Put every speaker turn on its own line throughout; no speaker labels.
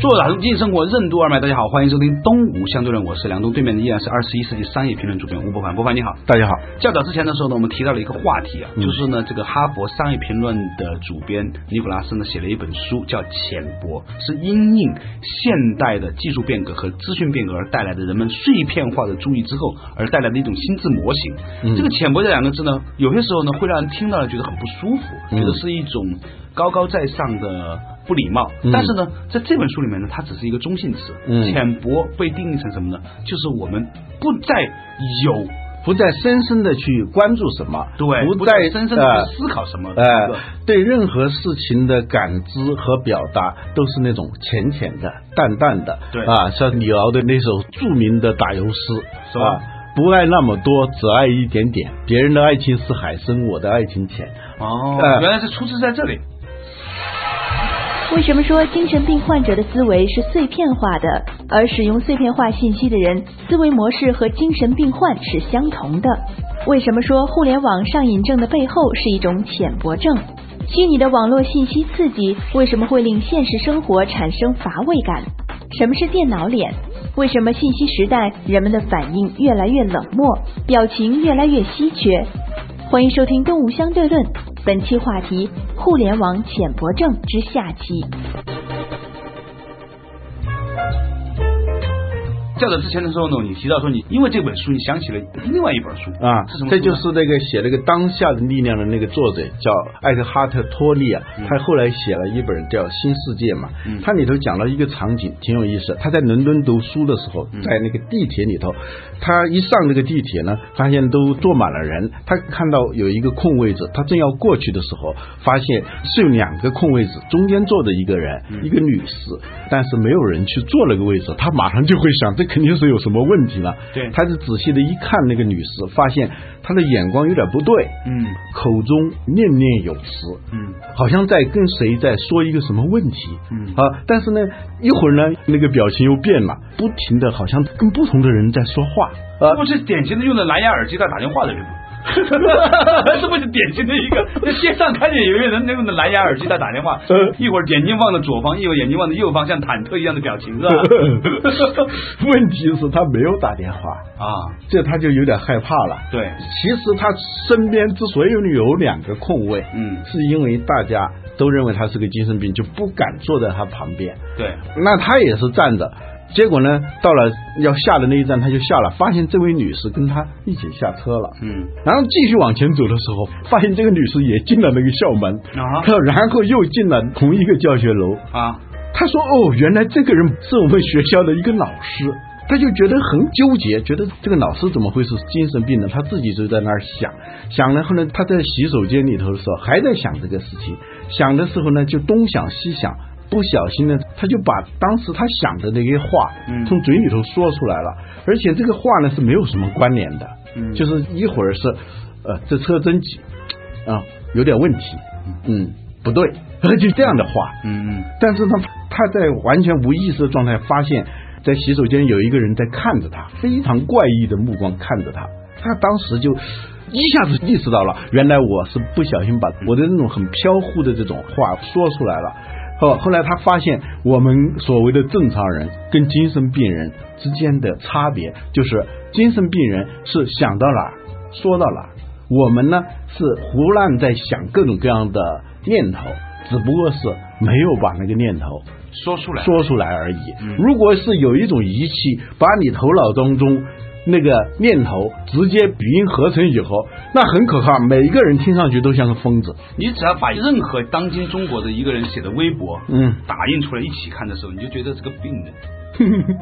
做打通经济生活任督二脉，大家好，欢迎收听东吴相对论，我是梁东，对面的依然是二十一世纪商业评论主编吴伯凡，伯凡你好。
大家好，
较早之前的时候呢，我们提到了一个话题啊，就是呢，这个哈佛商业评论的主编尼古拉斯呢写了一本书，叫《浅薄》，是因应现代的技术变革和资讯变革而带来的人们碎片化的注意之后而带来的一种心智模型。这个“浅薄”这两个字呢，有些时候呢会让人听到了觉得很不舒服，觉得是一种高高在上的。不礼貌，但是呢，在这本书里面呢，它只是一个中性词。
嗯
浅薄被定义成什么呢？就是我们不再有
不再深深的去关注什么，
对，
不
不
再
再深深的
呃
去思考什么的一
呃
个，
对任何事情的感知和表达都是那种浅浅的、淡淡的。
对
啊，像李敖的那首著名的打油诗，
是吧
啊不爱那么多，只爱一点点。别人的爱情是海深，我的爱情浅。
哦
呃
原来是出自在这里。
为什么说精神病患者的思维是碎片化的？而使用碎片化信息的人，思维模式和精神病患是相同的。为什么说互联网上瘾症的背后是一种浅薄症？虚拟的网络信息刺激为什么会令现实生活产生乏味感？什么是电脑脸？为什么信息时代人们的反应越来越冷漠，表情越来越稀缺？欢迎收听《东吴相对论》，本期话题：互联网浅薄症之下期。
较早之前的时候呢，你提到说你因为这本书，你想起了另外一本书
啊
是什么书呢？，
这就是那个写那个当下的力量的那个作者叫艾克哈特托利啊，
嗯
他后来写了一本叫《新世界》嘛，他里头讲了一个场景挺有意思。他在伦敦读书的时候，
嗯
在那个地铁里头，他一上这个地铁呢，发现都坐满了人，他看到有一个空位置，他正要过去的时候，发现是有两个空位置，中间坐着一个人，
嗯
一个女士，但是没有人去坐那个位置，他马上就会想，这肯定是有什么问题了。
对
他是仔细的一看那个女士，发现她的眼光有点不对，
嗯
口中念念有词，
嗯，
好像在跟谁在说一个什么问题，
嗯
啊，但是呢，一会儿呢，那个表情又变了，不停的好像跟不同的人在说话，
这
啊，
不是典型的用的蓝牙耳机在打电话的人吗？这 不是典型的一个，在街上看见有一个人用的蓝牙耳机在打电话
嗯，
一会儿眼睛望着左方，一会儿眼睛望着右方，像忐忑一样的表情是吧？
问题是他没有打电话，
啊，
这他就有点害怕了。
对，
其实他身边之所以有两个空位，
嗯，
是因为大家都认为他是个精神病，就不敢坐在他旁边。
对，
那他也是站着，结果呢，到了要下的那一站，他就下了，发现这位女士跟他一起下车了。
嗯，
然后继续往前走的时候，发现这个女士也进了那个校门，
啊
然后又进了同一个教学楼。
啊，
他说：“哦，原来这个人是我们学校的一个老师。”他就觉得很纠结，觉得这个老师怎么会是精神病呢？他自己就在那儿想，想然后呢，他在洗手间里头的时候还在想这个事情，想的时候呢就东想西想，不小心呢他就把当时他想的那些话
嗯
从嘴里头说出来了，而且这个话呢是没有什么关联的，
嗯
就是一会儿是呃这车真挤啊有点问题，嗯不对， 就这样的话，
嗯嗯，
但是呢，他在完全无意识的状态发现，在洗手间有一个人在看着他，非常怪异的目光看着他。他当时就一下子意识到了，原来我是不小心把我的那种很飘忽的这种话说出来了。后后来他发现，我们所谓的正常人跟精神病人之间的差别，就是精神病人是想到哪儿说到哪儿，我们呢是胡乱在想各种各样的念头，只不过是没有把那个念头
说出来，
说出来而已
嗯。
如果是有一种仪器把你头脑当中那个念头直接语音合成以后，那很可怕，每一个人听上去都像个疯子。
你只要把任何当今中国的一个人写的微博，
嗯，
打印出来一起看的时候，你就觉得是个病人。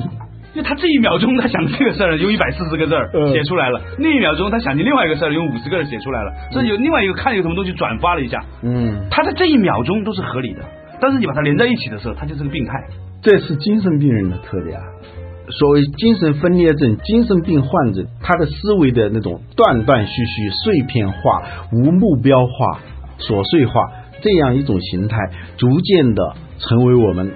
因为他这一秒钟他想这个事儿用一百四十个字儿
嗯
写出来了，那一秒钟他想起另外一个事儿用五十个字儿写出来了，这有另外一个看有什么东西转发了一下，
嗯，
他在这一秒钟都是合理的，但是你把它连在一起的时候，他就是个病态。
这是精神病人的特点啊。所谓精神分裂症、精神病患者，他的思维的那种断断续续、碎片化、无目标化、琐碎化这样一种形态，逐渐的成为我们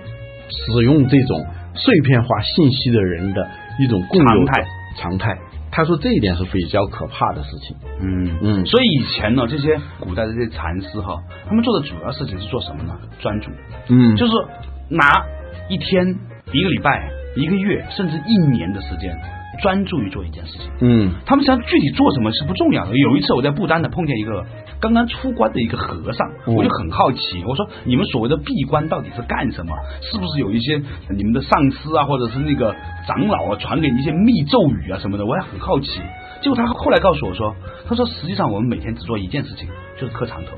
使用这种碎片化信息的人的一种共有
常
的
态。
常态，他说这一点是比较可怕的事情。
嗯
嗯
所以以前呢，这些古代的这些禅师哈，他们做的主要事情是做什么呢？专注，
嗯
就是拿一天、一个礼拜、一个月，甚至一年的时间，专注于做一件事情。
嗯
他们想具体做什么是不重要的。有一次我在不丹呢碰见一个刚刚出关的一个和尚，
嗯
我就很好奇，我说你们所谓的闭关到底是干什么？是不是有一些你们的上司啊，或者是那个长老啊传给你一些密咒语啊什么的？我也很好奇。结果他后来告诉我说，他说实际上我们每天只做一件事情，就是磕长头，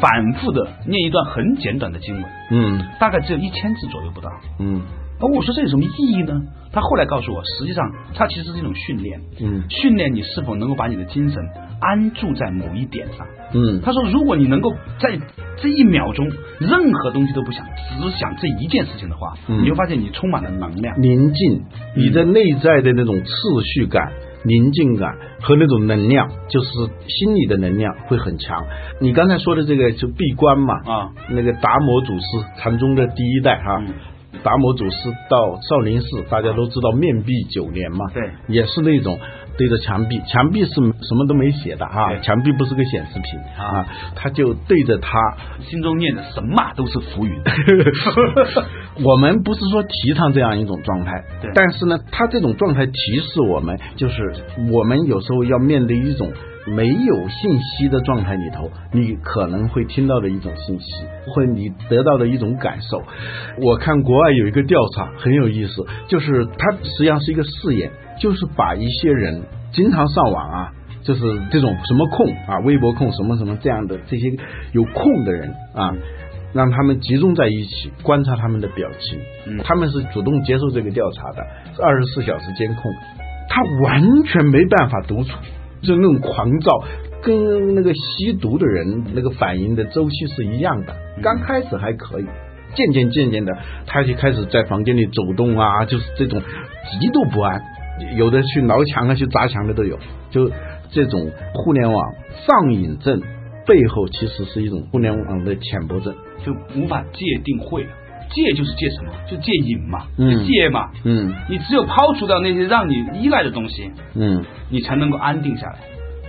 反复的念一段很简短的经文，
嗯
大概只有一千字左右不到。
嗯
而我说这有什么意义呢？他后来告诉我，实际上它其实是一种训练，
嗯
训练你是否能够把你的精神安住在某一点上。
嗯
他说，如果你能够在这一秒钟任何东西都不想，只想这一件事情的话，
嗯
你会发现你充满了能量。
宁静，
嗯
你的内在的那种秩序感、宁静感和那种能量，就是心理的能量会很强。你刚才说的这个就闭关嘛，
啊，
那个达摩祖师禅宗的第一代哈、
嗯
达摩祖师到少林寺，大家都知道面壁九年嘛，
对，
也是那种对着墙壁，墙壁是什么都没写的哈、
对
墙壁不是个显示屏啊，他 就对着它
心中念的神马都是浮 云。
我们不是说提倡这样一种状态
对，
但是呢，他这种状态提示我们，就是我们有时候要面对一种没有信息的状态里头，你可能会听到的一种信息，或者你得到的一种感受。我看国外有一个调查很有意思，就是它实际上是一个试验，就是把一些人经常上网啊，就是这种什么控啊，微博控什么什么这样的这些有控的人啊，让他们集中在一起，观察他们的表情。
嗯
他们是主动接受这个调查的，二十四小时监控，他完全没办法独处，就那种狂躁。跟那个吸毒的人那个反应的周期是一样的，刚开始还可以，渐渐渐渐的，他就开始在房间里走动啊，就是这种极度不安，有的去挠墙啊，去砸墙的都有。就这种互联网上瘾症背后，其实是一种互联网的浅薄症。
就无法界定会了。戒就是戒什么？就戒瘾嘛，
嗯
就戒嘛。
嗯
你只有抛除掉那些让你依赖的东西，
嗯
你才能够安定下来。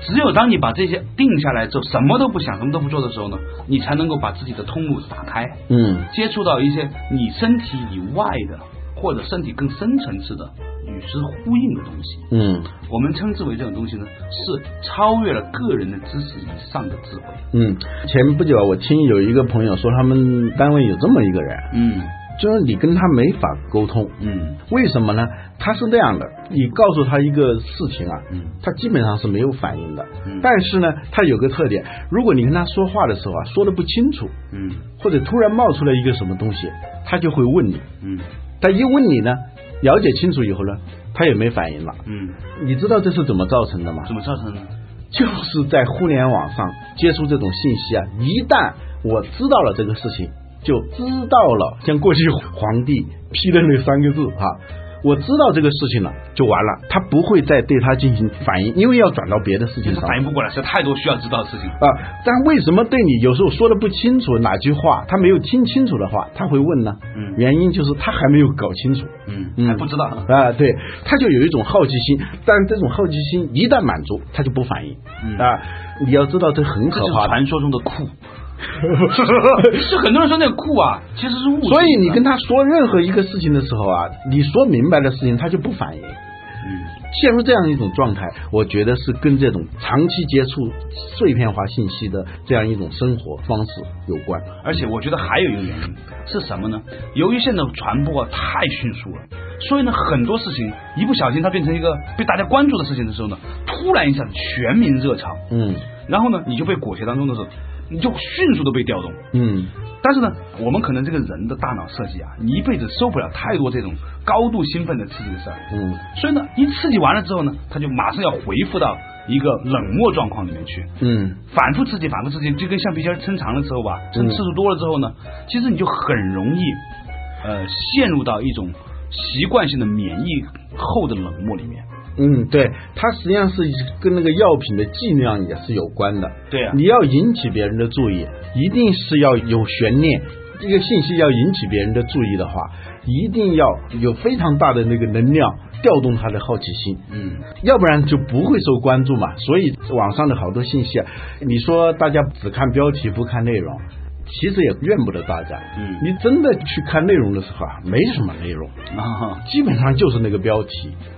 只有当你把这些定下来之后，什么都不想，什么都不做的时候呢，你才能够把自己的通路打开，
嗯
接触到一些你身体以外的，或者身体更深层次的与之呼应的东西。
嗯
我们称之为这种东西呢，是超越了个人的知识以上的智慧。
嗯。前不久啊我听有一个朋友说，他们单位有这么一个人，
嗯
就是你跟他没法沟通。
嗯
为什么呢？他是那样的，你告诉他一个事情啊，
嗯
他基本上是没有反应的。
嗯
但是呢，他有个特点，如果你跟他说话的时候啊，说的不清楚，
嗯
或者突然冒出来一个什么东西，他就会问你。
嗯
他一问你呢，了解清楚以后呢，他也没反应了。
嗯，
你知道这是怎么造成的吗？
怎么造成呢？
就是在互联网上接触这种信息啊，一旦我知道了这个事情，就知道了，像过去皇帝批的那三个字哈、我知道这个事情了，就完了，他不会再对他进行反应，因为要转到别的事
就
情
是
上。
反应不过来，实在太多需要知道的事情了。
啊，但为什么对你有时候说的不清楚哪句话，他没有听清楚的话，他会问呢？
嗯
原因就是他还没有搞清楚。
嗯，还不知道。
啊，对，他就有一种好奇心，但这种好奇心一旦满足，他就不反应、
嗯
啊。你要知道，这很
这
可
就是
怕的。
传说中的 酷。是很多人说那个酷啊，其实是误解的。
所以你跟他说任何一个事情的时候啊，你说明白的事情，他就不反应。
嗯
陷入这样一种状态，我觉得是跟这种长期接触碎片化信息的这样一种生活方式有关。
而且我觉得还有一个原因是什么呢？由于现在传播啊太迅速了，所以呢很多事情一不小心它变成一个被大家关注的事情的时候呢，突然一下子全民热潮，
嗯
然后呢你就被裹挟当中的时候，你就迅速的被调动。
嗯
但是呢，我们可能这个人的大脑设计啊，你一辈子受不了太多这种高度兴奋的刺激的事儿，
嗯
所以呢，一刺激完了之后呢，他就马上要回复到一个冷漠状况里面去，
嗯
反复刺激，反复刺激，就跟橡皮筋儿抻长了之后吧，抻
嗯
次数多了之后呢，其实你就很容易呃陷入到一种习惯性的免疫后的冷漠里面。
嗯，对，它实际上是跟那个药品的剂量也是有关的。
对啊
你要引起别人的注意，一定是要有悬念。这个信息要引起别人的注意的话，一定要有非常大的那个能量调动他的好奇心。
嗯，
要不然就不会受关注嘛。所以网上的好多信息，啊，你说大家只看标题不看内容，其实也怨不得大家。
嗯
你真的去看内容的时候啊，没什么内容，
啊，
基本上就是那个标题。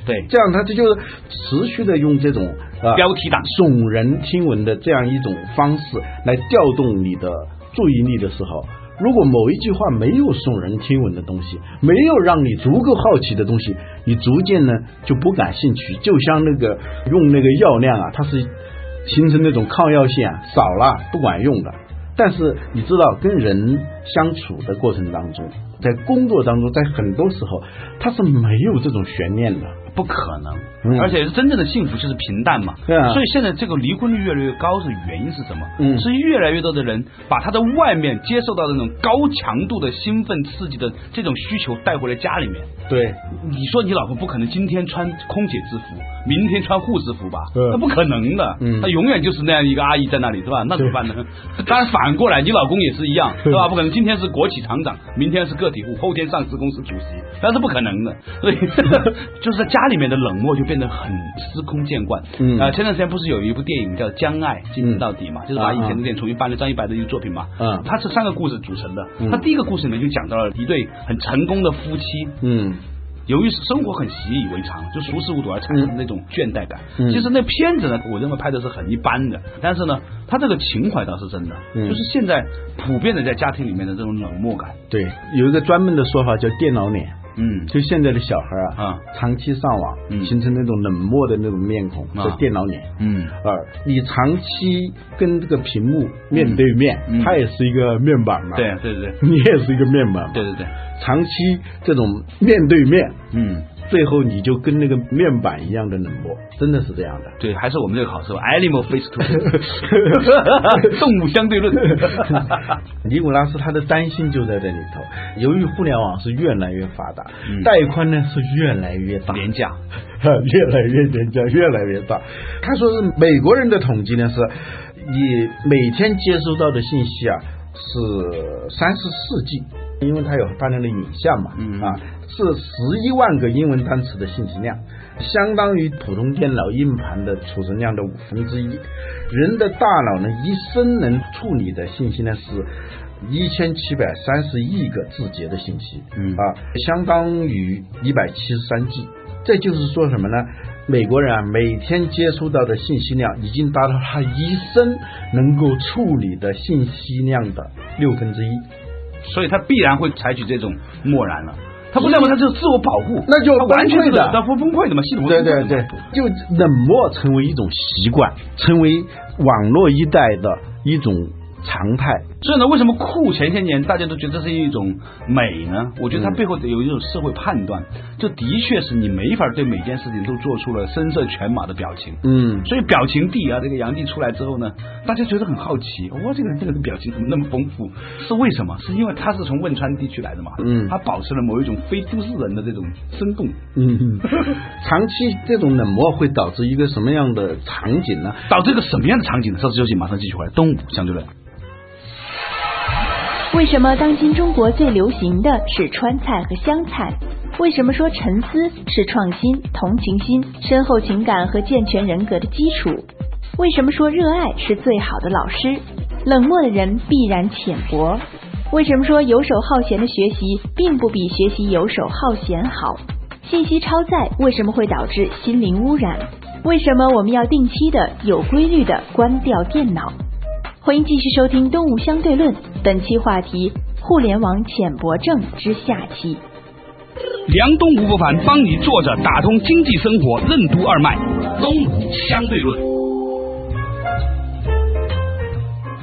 对，
这样他这就是持续的用这种呃
标题党
耸人听闻的这样一种方式来调动你的注意力的时候。如果某一句话没有耸人听闻的东西，没有让你足够好奇的东西，你逐渐呢就不感兴趣。就像那个用那个药量啊，它是形成那种抗药性啊，少了不管用的。但是你知道，跟人相处的过程当中，在工作当中，在很多时候，它是没有这种悬念的。
不可能，
嗯
而且真正的幸福就是平淡嘛。
对啊
所以现在这个离婚率越来越高的原因是什么？
嗯
是越来越多的人把他的外面接受到的那种高强度的兴奋刺激的这种需求带回了家里面。
对，
你说你老婆不可能今天穿空姐制服，明天穿护士服吧？
嗯
那不可能的，
嗯
她永远就是那样一个阿姨在那里，是吧？那怎么办呢？ 当然反过来，你老公也是一样，是吧？不可能今天是国企厂长，明天是个体户，后天上市公司主席，那是不可能的。所以 就是在家里面的冷漠就变得很司空见惯。
嗯
啊、前段时间不是有一部电影叫《将爱进行到底》嘛，就是把以前的电影重新搬了张一白的一个作品嘛。
啊嗯
它是三个故事组成的。
嗯
它第一个故事里面就讲到了一对很成功的夫妻，
嗯
由于生活很习以为常，就熟视无睹而产生的那种倦怠感。
嗯
其实那片子呢，我认为拍的是很一般的，但是呢，他这个情怀倒是真的，
嗯
就是现在普遍的在家庭里面的这种冷漠感。，
对，有一个专门的说法叫“电脑脸
嗯”，，
就现在的小孩啊，
啊
长期上网、
嗯
形成那种冷漠的那种面孔，
啊
叫“电脑脸”。
嗯，
啊，你长期跟这个屏幕面对面，
嗯嗯
它也是一个面板嘛，
对，对对对
你也是一个面板嘛，
对对对，
长期这种面对面，
嗯，
最后你就跟那个面板一样的冷漠，真的是这样的。
对，还是我们这个好是吧？Animal face to face，动物相对论。
尼古拉斯他的担心就在这里头。由于互联网是越来越发达，
嗯
带宽呢是越来越大，
廉价，
越来越廉价，越来越大。他说是美国人的统计呢是，你每天接收到的信息啊是三十四 G，因为它有大量的影像嘛，
嗯
啊是十一万个英文单词的信息量，相当于普通电脑硬盘的储存量的五分之一。人的大脑呢一生能处理的信息呢是。一千七百三十亿个字节的信息，
嗯
啊，相当于一百七十三 G。这就是说什么呢？美国人啊，每天接收到的信息量已经达到他一生能够处理的信息量的六分之一。
所以他必然会采取这种漠然了。他不在乎，他就是自我保护，
嗯那就
他完全是
崩溃的
他不崩溃的嘛，系统会
对
崩溃
对
的
对
嘛，
就冷漠成为一种习惯，成为网络一代的一种常态。
所以呢，为什么酷前些年大家都觉得这是一种美呢？我觉得它
嗯
背后有一种社会判断，就的确是你没法对每件事情都做出了声色犬马的表情。
嗯，
所以表情帝啊，这个杨帝出来之后呢，大家觉得很好奇，哇，这个人这个人表情怎么那么丰富？是为什么？是因为他是从汶川地区来的嘛？
嗯
他保持了某一种非都市人的这种生动，
嗯，长期这种冷漠会导致一个什么样的场景呢？
导致一个什么样的场景呢？稍事休息，马上继续回来。东吴相对论。
为什么当今中国最流行的是川菜和湘菜？为什么说沉思是创新、同情心、深厚情感和健全人格的基础？为什么说热爱是最好的老师？冷漠的人必然浅薄。为什么说游手好闲的学习并不比学习游手好闲好？信息超载为什么会导致心灵污染？为什么我们要定期的、有规律的关掉电脑？欢迎继续收听《东吴相对论》，本期话题：互联网浅薄症之下期。
梁东吴不凡帮你坐着打通经济生活任督二脉，东吴相对论。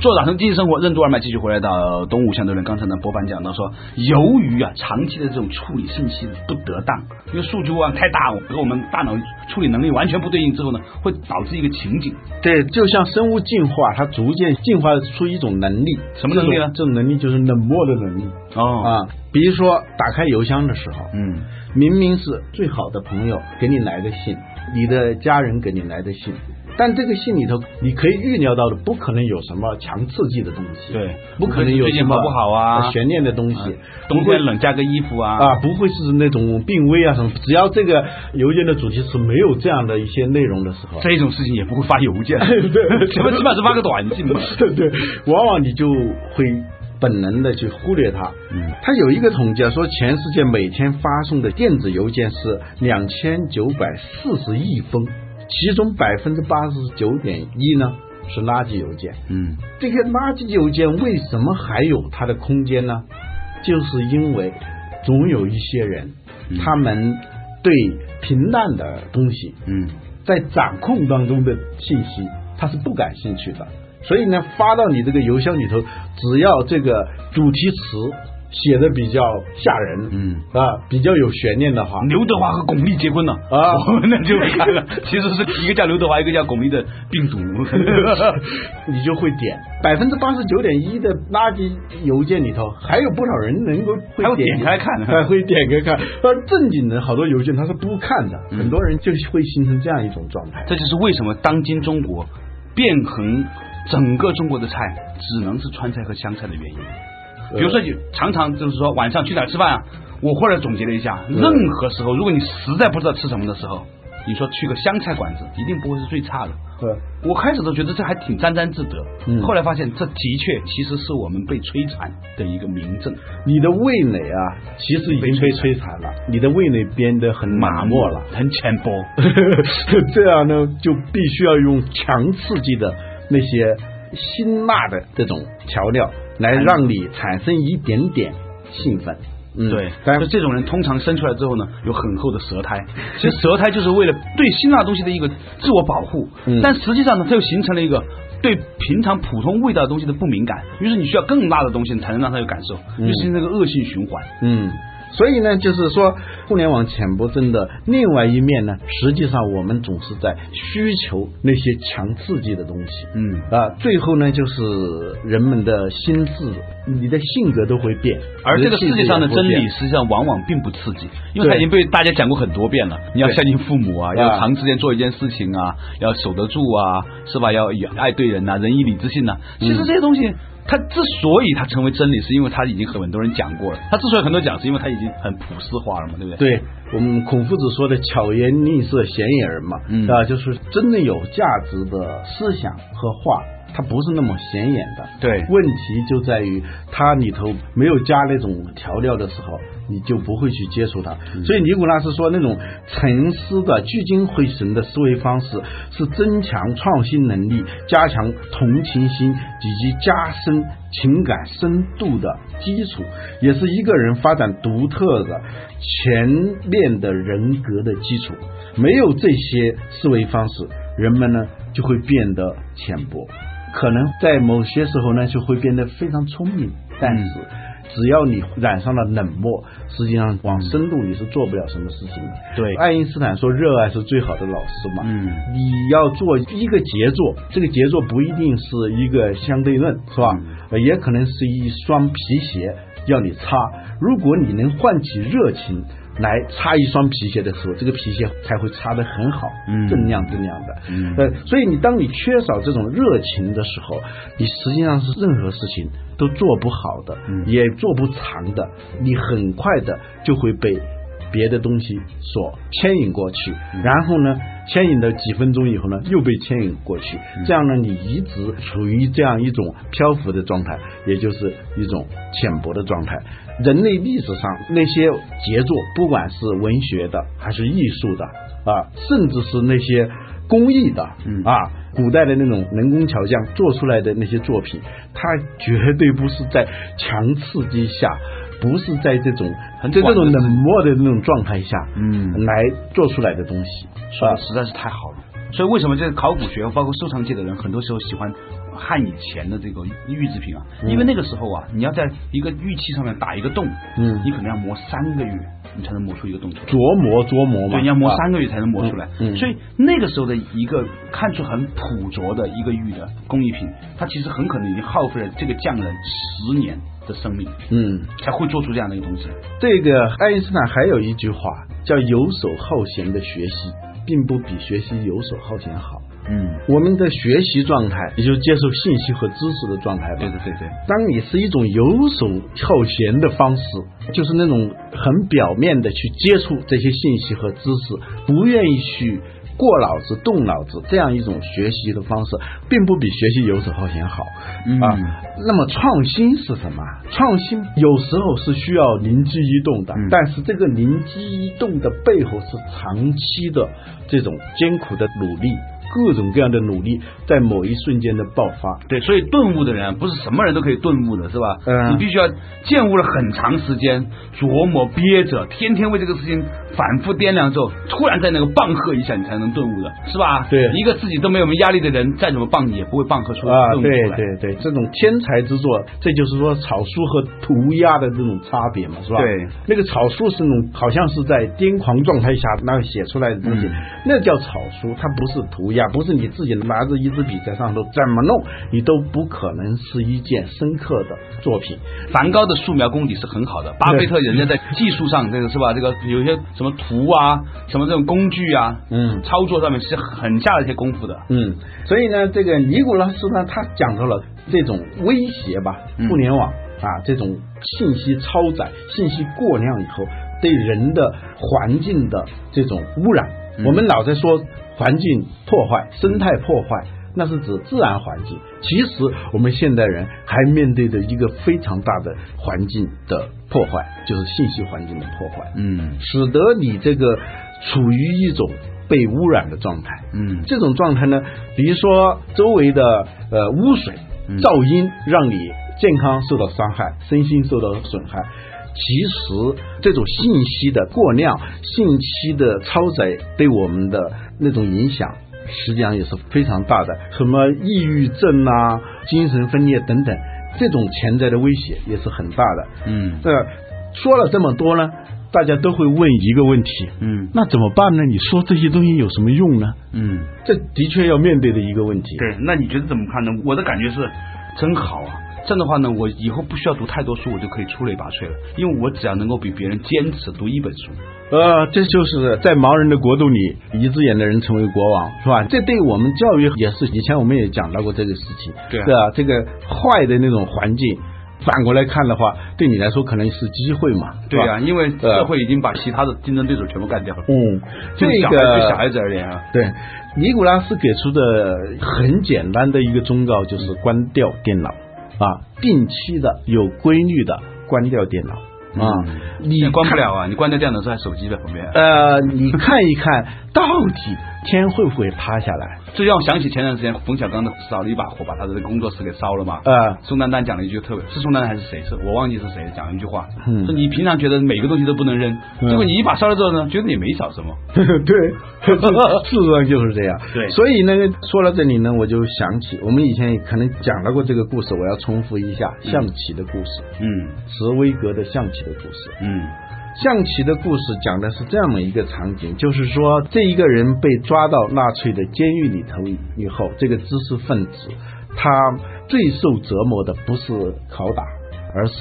做打通经济生活任督二脉，继续回来到东吴相对论。刚才呢，博板讲到说，由于啊长期的这种处理信息的不得当，因为数据量太大，和我们大脑处理能力完全不对应之后呢，会导致一个情景，
对，就像生物进化，它逐渐进化出一种能力，啊
什么能力呢
这种这种能力就是冷漠的能力
哦
啊。比如说打开邮箱的时候，
嗯，
明明是最好的朋友给你来的信，你的家人给你来的信，但这个信里头你可以预料到的，不可能有什么强刺激的东西，
对
不可能有
最近
什么呃
好不好啊
悬念的东西，
冬天冷加个衣服啊，
啊，不会是那种病危啊什么，只要这个邮件的主题是没有这样的一些内容的时候，
这种事情也不会发邮 件，
对
起 码起码是发个短信吧。
对，往往你就会本能的去忽略它。
嗯，
它有一个统计啊，说全世界每天发送的电子邮件是两千九百四十亿封，其中百分之八十九点一呢是垃圾邮件。
嗯，
这个垃圾邮件为什么还有它的空间呢？就是因为总有一些人，
嗯
他们对平淡的东西，
嗯，
在掌控当中的信息，他是不感兴趣的。所以呢，发到你这个邮箱里头，只要这个主题词写的比较吓人，
嗯
啊，比较有悬念的话，
刘德华和巩俐结婚了
啊
那就看了，其实是一个叫刘德华，一个叫巩俐的病毒。
你就会点百分之八十九点一的垃圾邮件里头，还有不少人能够
还
会
会点开 看
哎会点开看。而正经的好多邮件他是不看的，
嗯
很多人就会形成这样一种状态。
这就是为什么当今中国变衡整个中国的菜只能是川菜和湘菜的原因。比
呃
如说，你常常就是说晚上去哪儿吃饭啊？我后来总结了一
嗯
下，任何时候，如果你实在不知道吃什么的时候，你说去个湘菜馆子，一定不会是最差的。
呃，
我开始都觉得这还挺沾沾自得，
嗯
后来发现这的确其实是我们被摧残的一个明证。
你的味蕾啊，其实已经被摧残了，你的味蕾变得很麻木了。，
很浅薄。
这样呢，就必须要用强刺激的那些辛辣的这种调料，来让你产生一点点兴奋。嗯，
对，
但
就这种人通常生出来之后呢，有很厚的舌 苔。其实舌苔就是为了对辛辣东西的一个自我保护，
嗯
但实际上呢，它又形成了一个对平常普通味道的东西的不敏感，于是你需要更辣的东西才能让它有感受，
嗯
就形成一个恶性循环。
嗯，所以呢，就是说，互联网浅薄症的另外一面呢，实际上我们总是在需求那些强刺激的东西。
嗯
啊，最后呢，就是人们的心智，你的性格都会变，
而这个
你
世
的气质
界上的
也会
真
变
理，实际上往往并不刺激，因为它
对
已经被大家讲过很多遍了。你要孝敬父母啊，
对
要长时间做一件事情啊，要守得住啊，是吧？要以爱对人呐、仁义礼智信呐、其实这些东西。它之所以它成为真理，是因为它已经和很多人讲过了。它之所以很多人讲，是因为它已经很普世化了嘛，对不对？
对我们孔夫子说的“巧言令色，鲜也人”嘛，
嗯
啊，就是真的有价值的思想和话，它不是那么显眼的。
对
问题就在于它里头没有加那种调料的时候，你就不会去接触它。所以尼古拉斯说，那种沉思的、聚精会神的思维方式，是增强创新能力、加强同情心以及加深情感深度的基础，也是一个人发展独特的、全面的人格的基础。没有这些思维方式，人们呢就会变得浅薄。可能在某些时候呢，就会变得非常聪明，但是
嗯
只要你染上了冷漠，实际上往深度你是做不了什么事情的。
对
爱因斯坦说，热爱是最好的老师嘛。
嗯
你要做一个杰作，这个杰作不一定是一个相对论，是吧？呃
嗯
也可能是一双皮鞋要你擦，如果你能唤起热情。来擦一双皮鞋的时候，这个皮鞋才会擦得很好，
嗯
锃亮锃亮的。
嗯
呃，所以你当你缺少这种热情的时候，你实际上是任何事情都做不好的，
嗯
也做不长的，你很快的就会被别的东西所牵引过去，
嗯
然后呢，牵引了几分钟以后呢，又被牵引过去，
嗯
这样呢，你一直处于这样一种漂浮的状态，也就是一种浅薄的状态。人类历史上那些杰作，不管是文学的还是艺术的啊，甚至是那些工艺的，
嗯
啊，古代的那种人工巧匠做出来的那些作品，它绝对不是在强刺激下，不是在这种
很
在这
短的
种冷漠的那种状态下，
嗯
来做出来的东西，
说
啊
的实在是太好了。所以为什么这个考古学包括收藏界的人，很多时候喜欢汉以前的这个玉制品啊？因为那个时候啊，你要在一个玉器上面打一个洞，
嗯
你可能要磨三个月，你才能磨出一个洞出来。
琢磨琢磨嘛，
对，你要磨
啊
三个月才能磨出来。
嗯嗯
所以那个时候的一个看出很朴拙的一个玉的工艺品，它其实很可能已经耗费了这个匠人十年的生命，
嗯，
才会做出这样的一个东西。
这个爱因斯坦还有一句话叫“游手好闲的学习，并不比学习游手好闲好”。
嗯，
我们的学习状态，也就是接受信息和知识的状态吧。
对对对对。
当你是一种游手好闲的方式，就是那种很表面的去接触这些信息和知识，不愿意去过脑子、动脑子这样一种学习的方式，并不比学习游手好闲好、
嗯
啊。那么创新是什么？创新有时候是需要灵机一动的，
嗯
但是这个灵机一动的背后是长期的这种艰苦的努力。各种各样的努力在某一瞬间的爆发，
对，所以顿悟的人不是什么人都可以顿悟的，是吧？
嗯
你必须要见悟了很长时间，琢磨憋着，天天为这个事情反复掂量之后，突然在那个棒喝一下，你才能顿悟的，是吧？
对
一个自己都没有压力的人，再怎么棒也不会棒喝出
啊，
顿悟出
对
来。
对对，这种天才之作，这就是说草书和涂鸦的这种差别嘛，是吧？
对，
那个草书是那种好像是在癫狂状态下那个写出来的东西，
嗯
那叫草书，它不是涂鸦，不是你自己拿着一支笔在上头怎么弄，你都不可能是一件深刻的作品。
梵高的素描功底是很
嗯
好的，巴菲特人家在技术上，这个是吧？这个有一些什么图啊，什么这种工具啊，
嗯
操作上面是很下了一些功夫的。
嗯，所以呢，这个尼古拉斯呢，他讲到了这种威胁吧，
嗯
互联网啊，这种信息超载、信息过量以后对人的环境的这种污染。
嗯
我们老在说环境破坏、生态破坏，那是指自然环境。其实我们现代人还面对着一个非常大的环境的破坏，就是信息环境的破坏，
嗯
使得你这个处于一种被污染的状态。
嗯
这种状态呢，比如说周围的呃污水、
嗯
噪音，让你健康受到伤害，身心受到损害。其实这种信息的过量、信息的超载对我们的那种影响。实际上也是非常大的，什么抑郁症啊、精神分裂等等，这种潜在的威胁也是很大的。
嗯
呃，说了这么多呢，大家都会问一个问题：
嗯
那怎么办呢？你说这些东西有什么用呢？
嗯，
这的确要面对的一个问题。
对。那你觉得怎么看呢？我的感觉是，真好啊。这样的话呢，我以后不需要读太多书，我就可以出类拔萃了，因为我只要能够比别人坚持读一本书。
呃，这就是在盲人的国度里，一只眼的人成为国王，是吧？这对我们教育也是，以前我们也讲到过这个事情，
对啊
是吧？这个坏的那种环境，反过来看的话，对你来说可能是机会嘛，是
对
吧
啊，因为
呃
社会已经把其他的竞争对手全部干掉了。
嗯，这
就
个
小孩对小孩子而言啊，
对，尼古拉斯给出的很简单的一个忠告就是关掉电脑啊，定期的、有规律的关掉电脑啊。你
你关不
看
了啊，你关掉电脑之后，手机在旁边。
呃，你看一看到底天会不会塌下来？
这让我想起前段时间冯小刚的烧了一把火，把他的工作室给烧了嘛。
呃，
宋丹丹讲了一句特别，是宋丹丹还是谁？是我忘记是谁讲了一句话，
嗯
说你平常觉得每个东西都不能扔，
嗯
结果你一把烧了之后呢，觉得也没少什么。
对， 事实上就是这样。
对
所以呢，说到这里呢，我就想起我们以前也可能讲到过这个故事，我要重复一下象棋的故事，
嗯
茨威格的象棋的故事。
嗯
象棋的故事讲的是这样的一个场景，就是说这一个人被抓到纳粹的监狱里头以后，这个知识分子他最受折磨的不是拷打，而是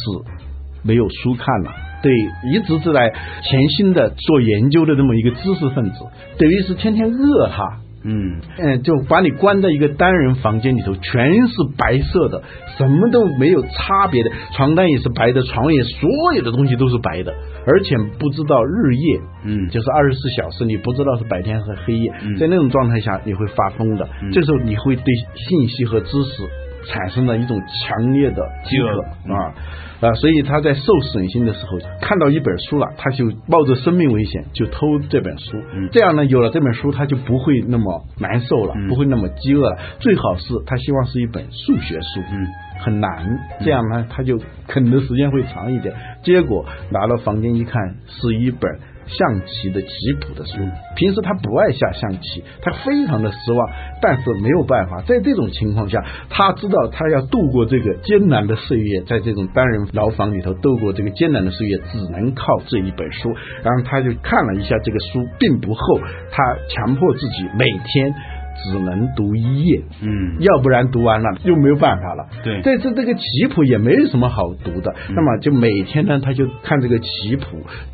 没有书看了。对，一直是来潜心的做研究的这么一个知识分子，等于是天天饿他，
嗯
嗯，就把你关在一个单人房间里头，全是白色的，什么都没有差别的，床单也是白的，床也所有的东西都是白的，而且不知道日夜，
嗯，
就是二十四小时，你不知道是白天和黑夜，
嗯
在那种状态下你会发疯的，
嗯
这时候你会对信息和知识产生了一种强烈的饥
饥
渴
饿嗯
啊啊，所以他在受损心的时候，看到一本书了，他就冒着生命危险就偷这本书，
嗯
这样呢，有了这本书，他就不会那么难受了，
嗯
不会那么饥饿了，最好是他希望是一本数学书，
嗯
很难，这样呢他就啃的时间会长一点。结果拿到房间一看，是一本象棋的棋谱的书。平时他不爱下象棋，他非常的失望，但是没有办法，在这种情况下，他知道他要度过这个艰难的岁月，在这种单人牢房里头度过这个艰难的岁月，只能靠这一本书。然后他就看了一下这个书，并不厚，他强迫自己每天。只能读一页，
嗯，
要不然读完了又没有办法了。
对嗯
这这这个棋谱也没有什么好读的，那么就每天呢，他就看这个棋谱，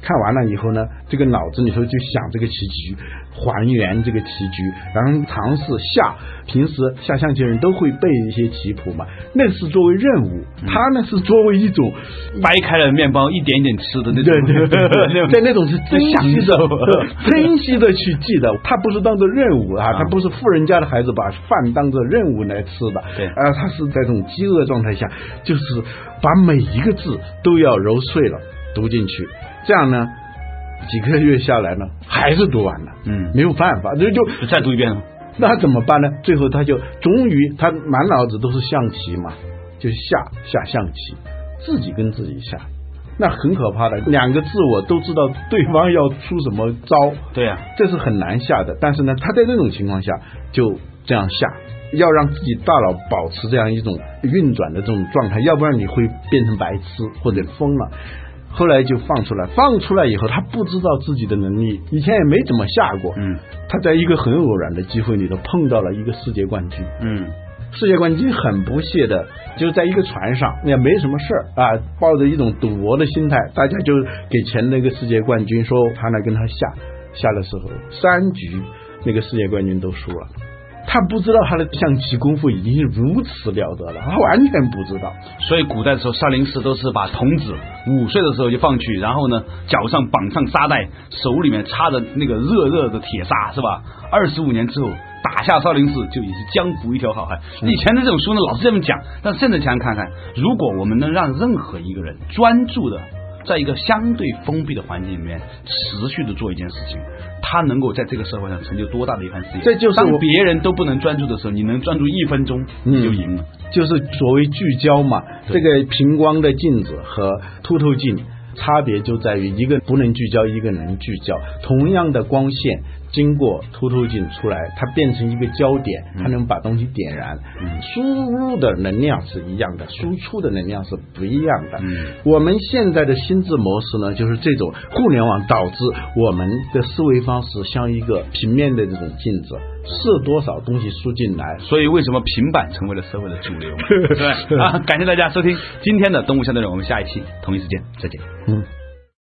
看完了以后呢，这个脑子里头就想这个棋局，还原这个棋局，然后尝试下。平时下象棋的人都会背一些棋谱嘛，那是作为任务，
嗯
他呢是作为一种
掰开了面包一点一点吃的那种，
对对 对对，在那种是珍惜
享受
的、 珍惜的去记的，他不是当做任务啊，他不是富人家的孩子把饭当做任务来吃的，
对
啊，他是在这种饥饿状态下，就是把每一个字都要揉碎了读进去，这样呢，几个月下来呢，还是读完了，
嗯
没有办法，这就
就再读一遍了。
那怎么办呢？最后他就终于他满脑子都是象棋嘛，就下下象棋，自己跟自己下，那很可怕的。两个自我都知道对方要出什么招，
对呀、
这是很难下的。但是呢，他在那种情况下就这样下，要让自己大脑保持这样一种运转的这种状态，要不然你会变成白痴或者疯了。后来就放出来，放出来以后，他不知道自己的能力，以前也没怎么下过。
嗯
他在一个很偶然的机会里头碰到了一个世界冠军，
嗯
世界冠军很不屑的，就在一个船上，也没什么事儿啊，抱着一种赌博的心态，大家就给钱那个世界冠军说他来跟他下，下的时候三局那个世界冠军都输了。他不知道他的象棋功夫已经是如此了得了，他完全不知道。
所以古代的时候，少林寺都是把童子五岁的时候就放去，然后呢，脚上绑上沙袋，手里面插着那个热热的铁砂，是吧？二十五年之后打下少林寺，就已是江湖一条好汉。以前的这种书呢，老是这么讲，但现在想想看看，如果我们能让任何一个人专注的。在一个相对封闭的环境里面，持续的做一件事情，他能够在这个社会上成就多大的一番事业？
这就是
当
我
别人都不能专注的时候，你能专注一分钟，你就
嗯
赢了。
就是所谓聚焦嘛，
对
这个平光的镜子和凸透镜差别就在于一个不能聚焦，一个能聚焦。同样的光线经过凸透镜出来，它变成一个焦点，它能把东西点燃。
嗯
输入的能量是一样的，输出的能量是不一样的。
嗯
我们现在的心智模式呢，就是这种互联网导致我们的思维方式像一个平面的这种镜子，是多少东西输进来，
所以为什么平板成为了社会的主流？对啊，感谢大家收听今天的《动物相对论》，我们下一期同一时间再见。
嗯。